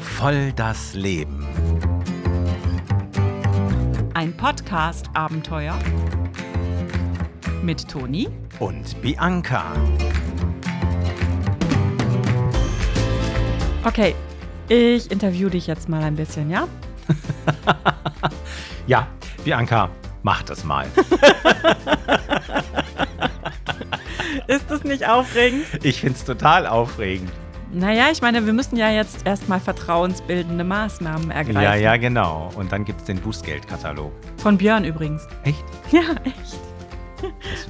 Voll das Leben. Ein Podcast-Abenteuer mit Toni Und Bianca. Okay, ich interview dich jetzt mal ein bisschen, ja? Ja, Bianca, mach das mal. Ist das nicht aufregend? Ich find's total aufregend. Naja, ich meine, wir müssen ja jetzt erstmal vertrauensbildende Maßnahmen ergreifen. Ja, ja, genau. Und dann gibt's den Bußgeldkatalog. Von Björn übrigens. Echt? Ja, echt.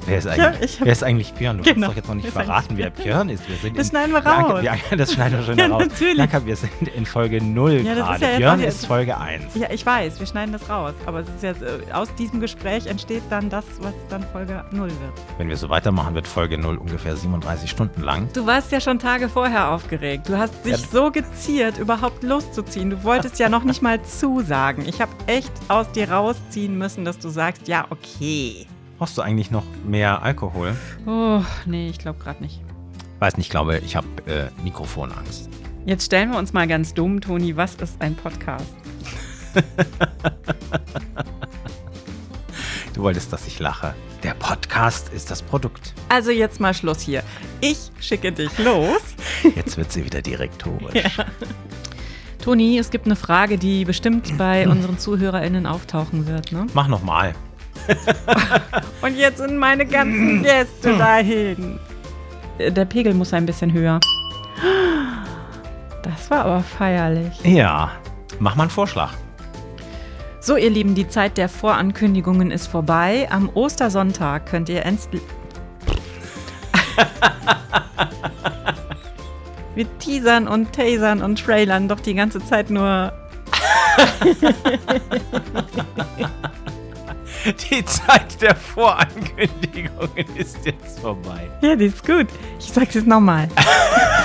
Wer ist Ja, eigentlich, ich hab- wer ist eigentlich Björn? Du Genau. kannst doch jetzt noch nicht Wer ist verraten, wer Björn ist. Wir sind Das in- schneiden wir Bianca, raus. Bianca, das schneiden wir schon Ja, raus. natürlich. Bianca, wir sind in Folge 0 Ja, das ist gerade. ja jetzt Björn auch- ist Folge 1. Ja, ich weiß, wir schneiden das raus. Aber es ist jetzt, äh, aus diesem Gespräch entsteht dann das, was dann Folge 0 wird. Wenn wir so weitermachen, wird Folge 0 ungefähr 37 Stunden lang. Du warst ja schon Tage vorher aufgeregt. Du hast dich Ja. so geziert, überhaupt loszuziehen. Du wolltest ja noch nicht mal zusagen. Ich habe echt aus dir rausziehen müssen, dass du sagst, ja, okay. Brauchst du eigentlich noch mehr Alkohol? Oh, nee, ich glaube gerade nicht. Weiß nicht, ich glaube, ich habe äh, Mikrofonangst. Jetzt stellen wir uns mal ganz dumm, Toni, was ist ein Podcast? Du wolltest, dass ich lache. Der Podcast ist das Produkt. Also jetzt mal Schluss hier. Ich schicke dich los. Jetzt wird sie wieder direktorisch. Toni, es gibt eine Frage, die bestimmt bei unseren ZuhörerInnen auftauchen wird, ne? Mach nochmal. Und jetzt sind meine ganzen Gäste dahin. Der Pegel muss ein bisschen höher. Das war aber feierlich. Ja, mach mal einen Vorschlag. So, ihr Lieben, die Zeit der Vorankündigungen ist vorbei. Am Ostersonntag könnt ihr ernst. Wir teasern und tasern und trailern doch die ganze Zeit nur. Die Zeit der Vorankündigungen ist jetzt vorbei. Ja, die ist gut. Ich sag's jetzt nochmal.